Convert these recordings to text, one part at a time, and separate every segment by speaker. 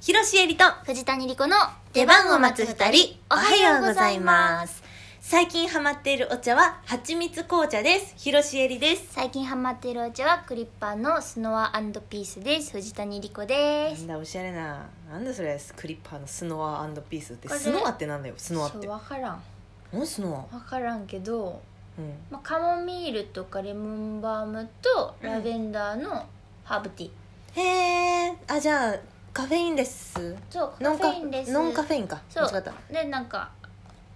Speaker 1: ひろしえりと
Speaker 2: 藤谷莉子の
Speaker 1: 出番を待つ二人おはようございます最近ハマっているお茶は蜂蜜紅茶ですひろしえりです
Speaker 2: 最近ハマっているお茶はクリッパーのスノアピースです藤谷莉子で
Speaker 3: な
Speaker 2: す
Speaker 3: んだおしゃれななんだそれクリッパーのスノアピースって
Speaker 2: これ
Speaker 3: スノアってなんだよスノアって
Speaker 2: そう分からん
Speaker 3: 何スノ
Speaker 2: 分からんけど、
Speaker 3: アうん
Speaker 2: まあ、カモミールとかレモンバームとラベンダーのハーブティー、
Speaker 3: へえあじゃあカフェインです
Speaker 2: そう
Speaker 3: ノ
Speaker 2: カ
Speaker 3: ン
Speaker 2: フ
Speaker 3: カ
Speaker 2: ェインです
Speaker 3: ノンカフェインか
Speaker 2: そ
Speaker 3: 間違っ
Speaker 2: う
Speaker 3: た
Speaker 2: でなんか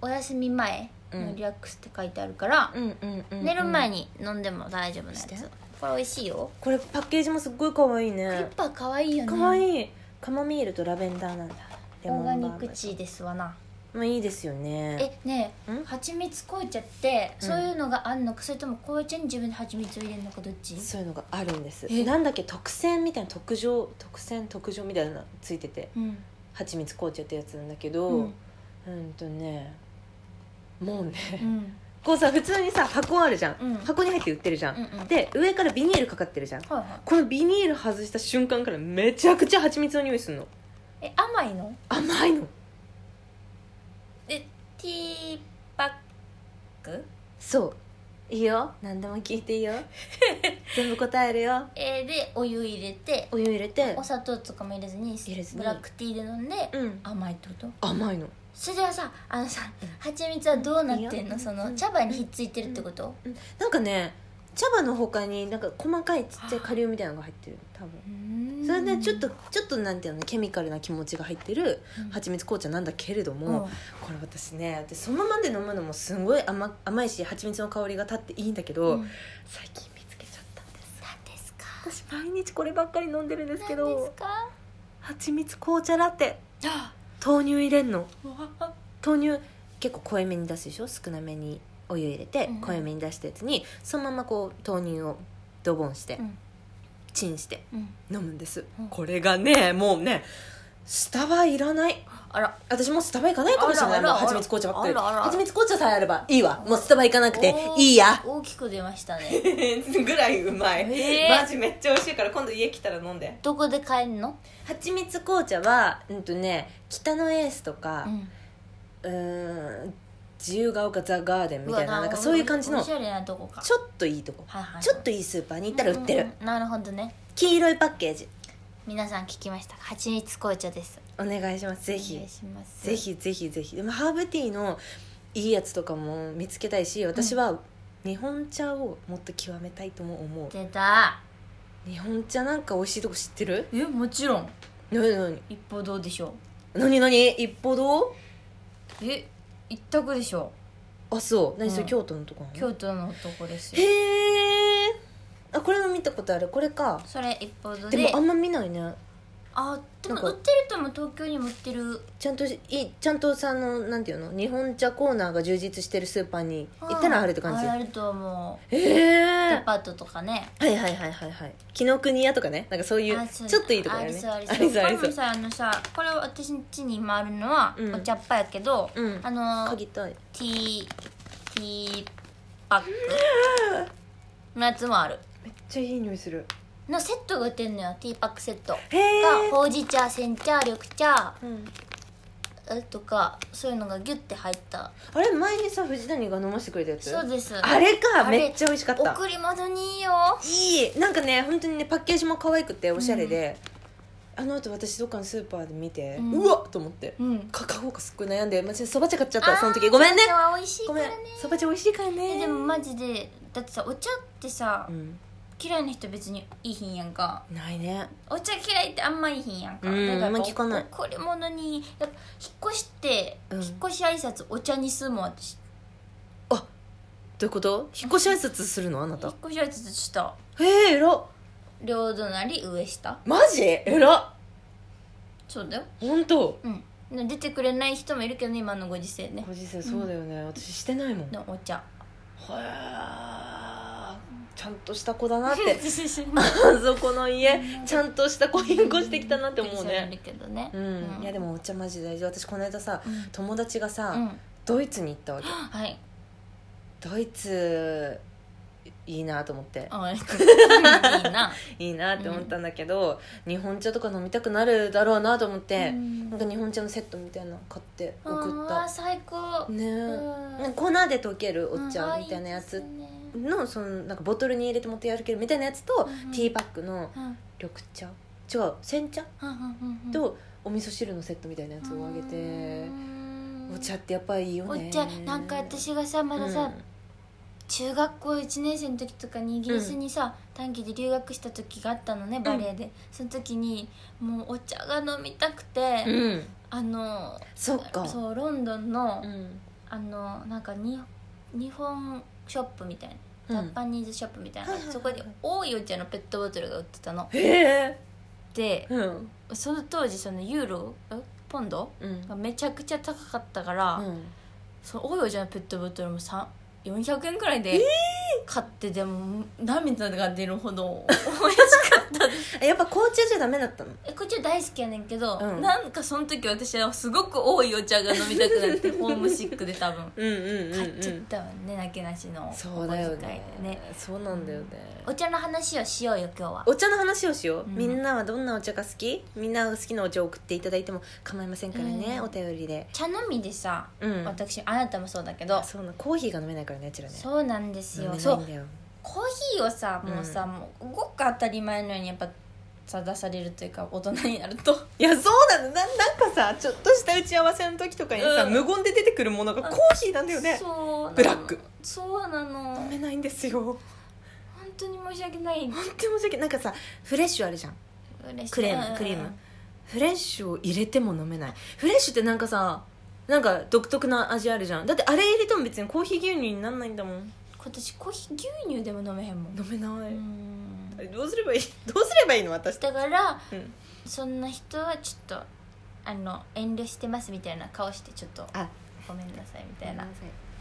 Speaker 2: お休み前のリラックスって書いてあるから、
Speaker 3: うんうんうん、うん、
Speaker 2: 寝る前に飲んでも大丈夫なやつ
Speaker 3: して
Speaker 2: これ美味しいよ
Speaker 3: これパッケージもすっごい可愛い
Speaker 2: クリ
Speaker 3: ね
Speaker 2: ッパー可愛いよね
Speaker 3: 可愛いカモミールとラベンダーなんだレ
Speaker 2: オ
Speaker 3: モ
Speaker 2: ーガ
Speaker 3: ン
Speaker 2: ニ
Speaker 3: バ
Speaker 2: ッ
Speaker 3: ー
Speaker 2: ク
Speaker 3: ム
Speaker 2: チーですわな
Speaker 3: まあいいですよね
Speaker 2: えねえ
Speaker 3: ん
Speaker 2: 蜂蜜紅茶って
Speaker 3: うん
Speaker 2: そういうのがあんのか、それとも紅茶に自分で蜂蜜を入れるのかどっち
Speaker 3: そういうのがあるんです
Speaker 2: え
Speaker 3: なんだっけ特選みたいな特上特選特上みたいなのついてて
Speaker 2: うん
Speaker 3: 蜂蜜紅茶ってやつなんだけど、
Speaker 2: うん
Speaker 3: うんとねもうね、
Speaker 2: うん
Speaker 3: こうさ普通にさ箱あるじゃん、
Speaker 2: うん
Speaker 3: 箱に入って売ってるじゃん、
Speaker 2: うんうん
Speaker 3: で上からビニールかかってるじゃん
Speaker 2: はいは
Speaker 3: このビニール外した瞬間からめちゃくちゃ蜂蜜の匂いするの
Speaker 2: いえ甘いの
Speaker 3: 甘いの
Speaker 2: えティーパック
Speaker 3: そういいよ何でも聞いていい よ全部答えるよ
Speaker 2: えーでお湯入れて
Speaker 3: お湯入れて
Speaker 2: お砂糖とかも入れずに
Speaker 3: 入れずに
Speaker 2: ブラックティーで飲んで、
Speaker 3: うん
Speaker 2: 甘いってこと
Speaker 3: 甘いの
Speaker 2: それではさあのさ蜂蜜はどうなってん
Speaker 3: う
Speaker 2: の
Speaker 3: ん
Speaker 2: そうの
Speaker 3: ん
Speaker 2: 茶葉にひっついてるってこと
Speaker 3: うんなんかね茶葉の他になんか細かいちっちゃい顆粒みたいなのが入ってる多分それでちょっとちょっとなんていうのケミカルな気持ちが入ってる
Speaker 2: うん
Speaker 3: 蜂蜜紅茶なんだけれども、
Speaker 2: うん
Speaker 3: これ私ねでそのままで飲むのもすごい甘甘いし蜂蜜の香りが立っていいんだけど、
Speaker 2: うん
Speaker 3: 最近見つけちゃったんです
Speaker 2: なんですか
Speaker 3: 私毎日こればっかり飲んでるんですけ
Speaker 2: なんです
Speaker 3: ど
Speaker 2: か
Speaker 3: 蜂蜜紅茶ラテ
Speaker 2: あ
Speaker 3: 豆乳入れんの豆乳結構濃いめに出すでしょ少なめにお湯入れて
Speaker 2: うん
Speaker 3: 濃いめに出したやつにそのままこう豆乳をドボンして、
Speaker 2: うん
Speaker 3: チンして
Speaker 2: うん
Speaker 3: 飲むんです、
Speaker 2: うん
Speaker 3: これがねもうねスタバいらない
Speaker 2: あら
Speaker 3: 私もうスタバ行かないかもしれな
Speaker 2: あ
Speaker 3: い
Speaker 2: ら
Speaker 3: もう
Speaker 2: あら
Speaker 3: 蜂蜜紅茶ばっかり
Speaker 2: あらあら
Speaker 3: 蜂蜜紅茶さえあればいいわもうスタバ行かなくて
Speaker 2: おー
Speaker 3: いいや
Speaker 2: 大きく出ましたね
Speaker 3: ぐらいうまい、
Speaker 2: えー
Speaker 3: マジめっちゃ美味しいから今度家来たら飲んで
Speaker 2: どこで買えるの
Speaker 3: 蜂蜜紅茶はうんとね北のエースとか
Speaker 2: ん
Speaker 3: うーん自由が丘ザ・ガーデンみたいうな
Speaker 2: わ
Speaker 3: なんかそういう感じの
Speaker 2: お
Speaker 3: ち
Speaker 2: しゃれなとこか
Speaker 3: ょっといいとこ
Speaker 2: はいはいはい
Speaker 3: ちょっといいスーパーに行ったら売ってる、
Speaker 2: うんうんうんなるほどね
Speaker 3: 黄色いパッケージ
Speaker 2: 皆さん聞きましたか蜂蜜紅茶です
Speaker 3: お願いしますぜひ
Speaker 2: お願いします
Speaker 3: ぜひぜひぜひでもハーブティーのいいやつとかも見つけたいし私は日本茶をもっと極めたいとも思う、
Speaker 2: 出た
Speaker 3: 日本茶なんか美味しいとこ知ってる
Speaker 2: えもちろん
Speaker 3: なになに
Speaker 2: 一歩どうでしょ
Speaker 3: なになに一歩堂
Speaker 2: うえ一択でしょ
Speaker 3: あそう何それ、
Speaker 2: うん
Speaker 3: 京都のとこなの
Speaker 2: 京都のとこですよ
Speaker 3: へえあこれも見たことあるこれか
Speaker 2: それ一歩ど
Speaker 3: で
Speaker 2: で
Speaker 3: もあんま見ないね
Speaker 2: あでも
Speaker 3: なんか
Speaker 2: 売ってるとも東京にも売ってる
Speaker 3: ちゃんとしいちゃんとさあのなんていうの日本茶コーナーが充実してるスーパーに行ったらあるって感じ
Speaker 2: あると思う
Speaker 3: へ
Speaker 2: デ
Speaker 3: え
Speaker 2: パートとかね
Speaker 3: はいはいはいはいはい紀ノ国屋とかねなんかそういう
Speaker 2: あそう
Speaker 3: ちょっといいところよね
Speaker 2: ありそうありそ う
Speaker 3: あり
Speaker 2: これ
Speaker 3: そう
Speaker 2: もさあのさこれ私ん家に今あるのは、
Speaker 3: うん
Speaker 2: お茶っ葉やけど、
Speaker 3: うん
Speaker 2: あの
Speaker 3: 嗅
Speaker 2: テ
Speaker 3: ぎたい
Speaker 2: ィーティーパックのやつもある
Speaker 3: めっちゃいい匂いする
Speaker 2: のセットが売ってんのよティーパックセットが
Speaker 3: へえ
Speaker 2: ほうじ茶煎茶緑茶
Speaker 3: うん、
Speaker 2: えとかそういうのがギュッて入った
Speaker 3: あれ前にさ藤谷が飲ませてくれたやつ
Speaker 2: そうです
Speaker 3: あれか
Speaker 2: あれ
Speaker 3: めっちゃ美味しかった
Speaker 2: 贈り物にいいよ
Speaker 3: いいなんかね本当にねパッケージも可愛くておしゃれで、あの後私どっかのスーパーで見て、
Speaker 2: う
Speaker 3: うんわっと思って、
Speaker 2: うん
Speaker 3: カカオかすっごい悩んでマジでそば茶買っちゃったその時ごめんね
Speaker 2: お茶は美味しいか
Speaker 3: ご
Speaker 2: ら
Speaker 3: めん
Speaker 2: ね
Speaker 3: そば茶美味しいから
Speaker 2: え
Speaker 3: ね
Speaker 2: でもマジでだってさお茶ってさ、
Speaker 3: うん
Speaker 2: 嫌いな人別にいいひんやんか
Speaker 3: ないね
Speaker 2: お茶嫌いってあんまいいひんやんか、
Speaker 3: うん
Speaker 2: だから
Speaker 3: あんま聞かない
Speaker 2: 贈り物にやっぱ引っ越して、
Speaker 3: うん
Speaker 2: 引っ越し挨拶お茶にするもん私
Speaker 3: どういうこと引っ越し挨拶するのあな
Speaker 2: 引
Speaker 3: た
Speaker 2: っ越し挨拶した
Speaker 3: ええら
Speaker 2: 両隣上下
Speaker 3: マジえら
Speaker 2: そうだよ
Speaker 3: 本当
Speaker 2: うん出てくれない人もいるけどね今のご時世ね
Speaker 3: ご時世そうだよね、私してないもんへ
Speaker 2: のお茶
Speaker 3: ーちゃんとした子だ なって
Speaker 2: っ
Speaker 3: あそこの家ちゃんとした子引っ越してきたなって思うね
Speaker 2: るけどね
Speaker 3: うん、いやでもお茶マジ大事私この間さ
Speaker 2: うん
Speaker 3: 友達が
Speaker 2: う
Speaker 3: さ、
Speaker 2: ん
Speaker 3: ドイツに行ったわけ
Speaker 2: はい
Speaker 3: ドイツいいなと思って
Speaker 2: あいい ない
Speaker 3: いなって思ったんだけど、日本茶とか飲みたくなるだろうなと思って、
Speaker 2: うん
Speaker 3: なんか日本茶のセットみたいなの買って送っ
Speaker 2: あー
Speaker 3: た
Speaker 2: 最高
Speaker 3: ねえ、
Speaker 2: うん
Speaker 3: 粉で溶けるお茶
Speaker 2: あー
Speaker 3: みたいなや
Speaker 2: い
Speaker 3: つ
Speaker 2: ですね
Speaker 3: のそのなんかボトルに入れて持ってやるけどみたいなやつと、
Speaker 2: うんうん
Speaker 3: ティーパックの
Speaker 2: うんうん
Speaker 3: 緑茶違う煎茶
Speaker 2: うんうん
Speaker 3: とお味噌汁のセットみたいなやつをあげてお茶ってやっぱいいよ
Speaker 2: お
Speaker 3: ね
Speaker 2: 茶なんか私がさまださ、
Speaker 3: うん
Speaker 2: 中学校1年生の時とかにイギリスにさ、短期で留学した時があったのねバレエで、その時にもうお茶が飲みたくて、
Speaker 3: うん
Speaker 2: あの
Speaker 3: そっか
Speaker 2: そうロンドンの、
Speaker 3: うん
Speaker 2: あのなんかに日本ショップみたいな。
Speaker 3: う
Speaker 2: ジ
Speaker 3: ん
Speaker 2: ャパニーズショップみたいな、
Speaker 3: はいはいはい
Speaker 2: そこで多いお茶のペットボトルが売ってたの
Speaker 3: へえ
Speaker 2: で
Speaker 3: うん
Speaker 2: その当時そのユーロえポンド
Speaker 3: うん
Speaker 2: がめちゃくちゃ高かったから、
Speaker 3: うん
Speaker 2: その多いお茶のペットボトルもさ400円くらいで買って、でも涙が出る ほど
Speaker 3: えやっぱ紅茶じゃダメだったの
Speaker 2: えこっちは大好きやねんけど、
Speaker 3: うん
Speaker 2: なんかその時私はすごく多いお茶が飲みたくなって ホームシックで多分
Speaker 3: うんうん
Speaker 2: 買っちゃったわね、なけなしのお
Speaker 3: そう
Speaker 2: 小
Speaker 3: だ
Speaker 2: 遣い
Speaker 3: よ
Speaker 2: で
Speaker 3: ね
Speaker 2: ね
Speaker 3: そうなんだよね
Speaker 2: お茶の話をしようよ今日は
Speaker 3: お茶の話をしよう、
Speaker 2: うん
Speaker 3: みんなはどんなお茶が好きみんなが好きなお茶を送っていただいても構いませんからね、
Speaker 2: うん
Speaker 3: お便りで
Speaker 2: 茶飲みでさ、
Speaker 3: うん
Speaker 2: 私あなたもそうだけど
Speaker 3: そうなコーヒーが飲めないからねあちらね
Speaker 2: そうなんです
Speaker 3: 飲
Speaker 2: よ
Speaker 3: め
Speaker 2: そ
Speaker 3: な
Speaker 2: う
Speaker 3: いんだよ
Speaker 2: コーヒーをさもうさ、
Speaker 3: う
Speaker 2: もうごく当たり前のようにやっぱさ出されるというか大人になると
Speaker 3: いやそうなのななんかさちょっとした打ち合わせの時とかにさ、
Speaker 2: うん
Speaker 3: 無言で出てくるものがコーヒーなんだよね
Speaker 2: そうなの
Speaker 3: ブラック
Speaker 2: そうなの
Speaker 3: 飲
Speaker 2: 本
Speaker 3: めないんですよ本
Speaker 2: 当に申し訳ない
Speaker 3: 当に申し訳ないなんかさフレッシュあるじゃん
Speaker 2: 嬉しい
Speaker 3: クレームクリームフレッシュを入れても飲めないフレッシュってなんかさなんか独特な味あるじゃんだってあれ入れても別にコーヒー牛乳になんないんだもん
Speaker 2: 今年コーヒー牛乳でも飲めへんもん
Speaker 3: 飲めな
Speaker 2: う
Speaker 3: い、
Speaker 2: ん
Speaker 3: あれどうすればいいどうすればいいの私
Speaker 2: だから
Speaker 3: うん
Speaker 2: そんな人はちょっとあの遠慮してますみたいな顔してちょっと
Speaker 3: あ
Speaker 2: ごめんなさいみたいな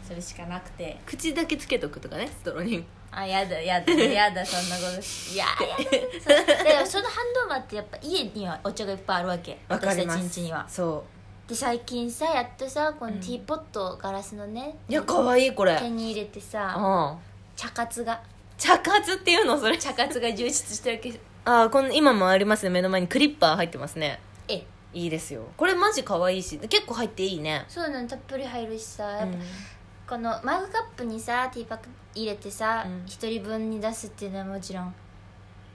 Speaker 2: それしかなくて
Speaker 3: 口だけつけとくとかねストローに
Speaker 2: あやだやだやだそんなこ としいややだそうだからその反動もあってやっぱ家にはお茶がいっぱいあるわけ
Speaker 3: わか
Speaker 2: 私
Speaker 3: りま
Speaker 2: たち
Speaker 3: す
Speaker 2: んちには
Speaker 3: そ
Speaker 2: で最近さやっとさこの
Speaker 3: うん
Speaker 2: ティーポット、ガラスのね
Speaker 3: ういや可愛いこれう
Speaker 2: 手
Speaker 3: ん
Speaker 2: に入れてさ茶活が
Speaker 3: 茶活っていうのそれ
Speaker 2: 茶活が充実してるわけ
Speaker 3: あーこの今もありますね目の前にクリッパー入ってますね
Speaker 2: え
Speaker 3: いいですよこれマジ可愛いし結構入っていいね
Speaker 2: そうなのたっぷり入るしさや
Speaker 3: う
Speaker 2: っぱ
Speaker 3: ん
Speaker 2: このマグカップにさティーパック入れてさ
Speaker 3: うん
Speaker 2: 一、人分に出すっていうのはもちろん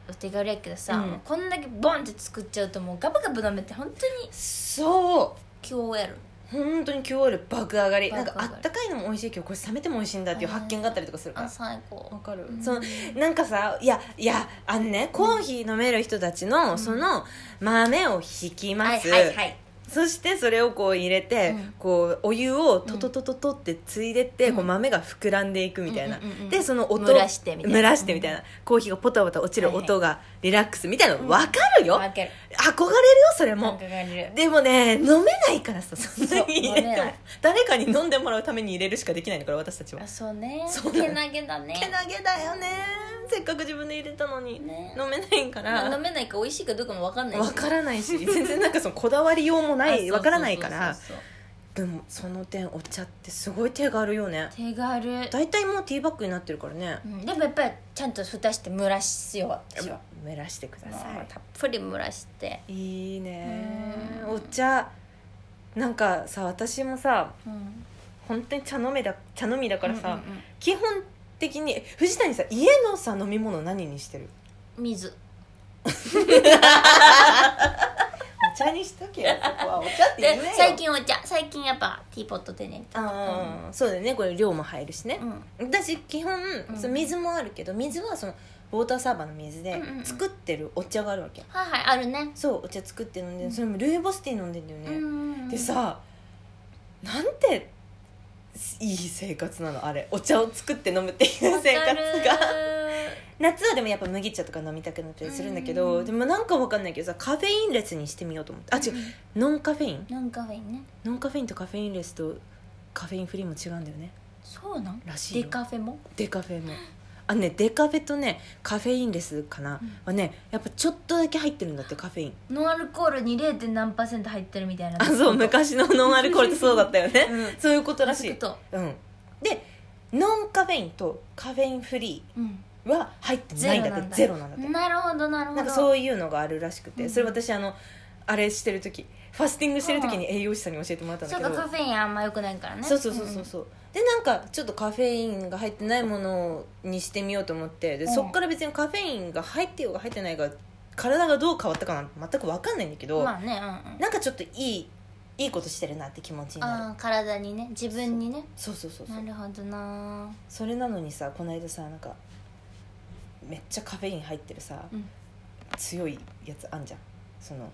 Speaker 2: お手軽やけどさ、
Speaker 3: うん
Speaker 2: もうこんだけボンって作っちゃうともうガブガブ飲めて本当に
Speaker 3: そう
Speaker 2: QOL
Speaker 3: 本当に QOL 爆上がりなん
Speaker 2: 爆
Speaker 3: か
Speaker 2: 上が
Speaker 3: あ
Speaker 2: り
Speaker 3: ったかいのも美味しいけどこれ冷めても美味しいんだっていう発見があったりとかするか
Speaker 2: あ
Speaker 3: ら
Speaker 2: 最高
Speaker 3: わかる、
Speaker 2: うん
Speaker 3: そのなんかさいやいやあのねコーヒー飲める人たちの、その豆をひき
Speaker 2: は
Speaker 3: ま
Speaker 2: い
Speaker 3: す、
Speaker 2: はいはい
Speaker 3: そしてそれをこう入れて、
Speaker 2: うん
Speaker 3: こうお湯をトトトトトってついでって、
Speaker 2: うん
Speaker 3: こう豆が膨らんでいくみたいな、
Speaker 2: うんうんうんうん
Speaker 3: でその音
Speaker 2: 蒸らしてみたいな
Speaker 3: 蒸らしてみたいなコーヒーがポタポタ落ちる音がリラックスみたいなの分かるよ、
Speaker 2: 分ける
Speaker 3: 憧れるよそれも
Speaker 2: 分、かる
Speaker 3: でもね飲めないからさそんなに入れ
Speaker 2: そう飲め
Speaker 3: て
Speaker 2: な
Speaker 3: も
Speaker 2: い
Speaker 3: 誰かに飲んでもらうために入れるしかできないんだから私たちは
Speaker 2: あそうね
Speaker 3: そうだね
Speaker 2: けなげだね
Speaker 3: けなげだよねせっかく自分で入れたのに、
Speaker 2: ね
Speaker 3: 飲めないか
Speaker 2: まあ
Speaker 3: ら
Speaker 2: 飲めないか美味しいかどうかも分かんない
Speaker 3: わからないし全然なんかそのこだわりようもな
Speaker 2: あそうそうそう
Speaker 3: い
Speaker 2: そう
Speaker 3: わからないからでもその点お茶ってすごい手があるよね
Speaker 2: 手軽
Speaker 3: 大体もうティーバッグになってるからね
Speaker 2: うんでもやっぱりちゃんと蓋して蒸らすよ私は
Speaker 3: 蒸らしてくださ
Speaker 2: もうたっぷり蒸らして
Speaker 3: いいいね
Speaker 2: うん
Speaker 3: お茶なんかさ私もさ
Speaker 2: うん
Speaker 3: 本当に茶飲めだ茶飲みだからさ、
Speaker 2: うんうん
Speaker 3: 基本的にえ藤谷さん家のさ飲み物何にしてる
Speaker 2: うん水
Speaker 3: お茶にしと けよそこはお茶って言えよ
Speaker 2: で最近お茶最近やっぱティーポットでね
Speaker 3: ああ、そうだよねこれ量も入るしね
Speaker 2: う、ん
Speaker 3: 私基本、
Speaker 2: うん
Speaker 3: その水もあるけど水はそのウォーターサーバーの水で
Speaker 2: うんうんうん
Speaker 3: 作ってるお茶があるわけ、
Speaker 2: はいはいあるね
Speaker 3: そうお茶作って飲んで、
Speaker 2: うん
Speaker 3: それもルイボスティー飲んでんだよ
Speaker 2: うんう
Speaker 3: ね、
Speaker 2: んうん
Speaker 3: でさなんていい生活なのあれお茶を作って飲むっていう生
Speaker 2: わ
Speaker 3: 活
Speaker 2: かる
Speaker 3: が夏はでもやっぱ麦茶とか飲みたくなったりするんだけど、
Speaker 2: うん
Speaker 3: でもなんかわかんないけどさカフェインレスにしてみようと思ってあ違う、ノンカフェイン
Speaker 2: なんかがいいね
Speaker 3: ノンカフェインとカフェインレスとカフェインフリーも違うんだよね
Speaker 2: そうなん
Speaker 3: らしい
Speaker 2: デ
Speaker 3: よ
Speaker 2: カフェも
Speaker 3: デカフェもあのねデカフェとねカフェインレスかな、
Speaker 2: うん
Speaker 3: はねやっぱちょっとだけ入ってるんだってカフェイン
Speaker 2: ノンアルコールに 0. 何パーセント入ってるみたいな
Speaker 3: あそう
Speaker 2: 昔
Speaker 3: 昔のノンアルコールってそうだったよね、
Speaker 2: うん
Speaker 3: そういうことらし
Speaker 2: 聞
Speaker 3: い
Speaker 2: くと
Speaker 3: うんでノンカフェインとカフェインフリ
Speaker 2: うん
Speaker 3: ーは入ってないんだってゼ
Speaker 2: ゼ
Speaker 3: ロなんだって
Speaker 2: なるほどなるほど
Speaker 3: なんかそういうのがあるらしくて、
Speaker 2: うん
Speaker 3: それ私あのあれしてる時ファスティングしてる時に栄養士さんに教えてもらったんだ
Speaker 2: そ
Speaker 3: け
Speaker 2: うか
Speaker 3: ど
Speaker 2: カフェインあんま良くないからね
Speaker 3: そうそうそうそうそうでなんかちょっとカフェインが入ってないものにしてみようと思ってで
Speaker 2: うん
Speaker 3: そっから別にカフェインが入ってようが入ってないが体がどう変わったかなんて全く分かんないんだけ
Speaker 2: うん
Speaker 3: ど、
Speaker 2: まあねうんうん
Speaker 3: なんかちょっといいいいことしてるなって気持ちになる
Speaker 2: あー体にね自分にね
Speaker 3: そうそうそうそう
Speaker 2: なるほどな
Speaker 3: それなのにさこの間さなんかめっちゃカフェイン入ってるさ、
Speaker 2: うん
Speaker 3: 強いやつあんじゃんその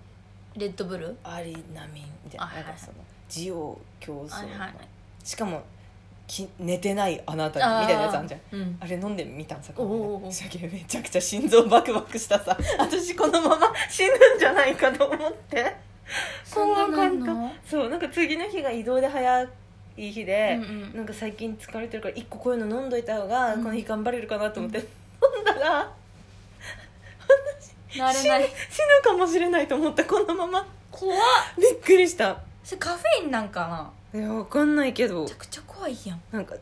Speaker 2: レッドブル
Speaker 3: アリナミンみたいな
Speaker 2: あはい
Speaker 3: な
Speaker 2: はい
Speaker 3: んかその需要競争
Speaker 2: はいはい
Speaker 3: しかもき寝てないあなたにみたいなやつあんじゃん
Speaker 2: うん
Speaker 3: あれ飲んでみたんさ
Speaker 2: おうおうおう
Speaker 3: しゃけめちゃくちゃ心臓バクバクしたさ私このまま死ぬんじゃないかと思って
Speaker 2: そんななん
Speaker 3: 怖
Speaker 2: の
Speaker 3: そうなんか次の日が移動で早い日で、
Speaker 2: うんうん
Speaker 3: なんか最近疲れてるから一個こういうの飲んどいた方が
Speaker 2: うん
Speaker 3: この日頑張れるかなと思って、飲んだら
Speaker 2: なれ
Speaker 3: 死
Speaker 2: な
Speaker 3: ぬ
Speaker 2: い
Speaker 3: 死ぬかもしれないと思ってこのまま
Speaker 2: 怖っ
Speaker 3: びっくりした
Speaker 2: それカフェインなんかない
Speaker 3: やわかんないけど
Speaker 2: めちゃくちゃ怖いやん
Speaker 3: なんか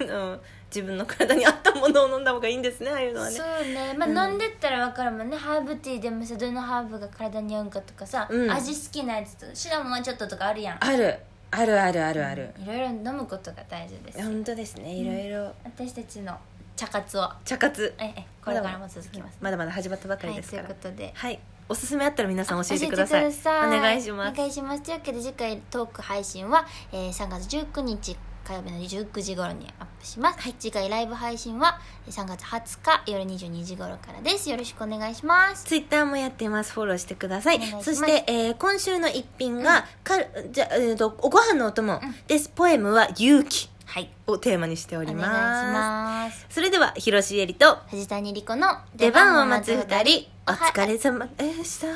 Speaker 3: あの自分の体に合ったものを飲んだ方がいいんですねああいうのはね
Speaker 2: そうねまあ、
Speaker 3: うん
Speaker 2: 飲んでったら分かるもんねハーブティーでもさどのハーブが体に合うんかとかさ、
Speaker 3: うん
Speaker 2: 味好きなやつとシナモンはちょっととかあるやん
Speaker 3: あるあるあるあるある、
Speaker 2: いろいろ飲むことが大事です
Speaker 3: 本当ですねいろいろ
Speaker 2: 私たちの茶活を
Speaker 3: 茶活
Speaker 2: ええこれからも続きます
Speaker 3: まだまだ始まったばか
Speaker 2: は
Speaker 3: り
Speaker 2: い
Speaker 3: です
Speaker 2: とい
Speaker 3: か
Speaker 2: う
Speaker 3: ら
Speaker 2: こ
Speaker 3: はい、
Speaker 2: とで
Speaker 3: おすすめあったら皆さん教えてくだ
Speaker 2: 教
Speaker 3: さい
Speaker 2: えてくださ
Speaker 3: お願いします
Speaker 2: お願いしますというわけで次回トーク配信は、えー3月19日火曜日の19時頃にアップします、次回ライブ配信はえー3月20日夜22時頃からですよろしくお願いします
Speaker 3: ツイッターもやってますフォローしてください
Speaker 2: お願いします
Speaker 3: そして、えー今週の一品が、かるじゃえー、とご飯のお供です、ポエムは「勇気
Speaker 2: はい」
Speaker 3: をテーマにしてお
Speaker 2: お
Speaker 3: り
Speaker 2: 願いし
Speaker 3: ます
Speaker 2: ます
Speaker 3: それでは広瀬えりと
Speaker 2: 藤谷莉子の
Speaker 3: 出番を待つ二人お
Speaker 2: おは
Speaker 3: 疲れ様でした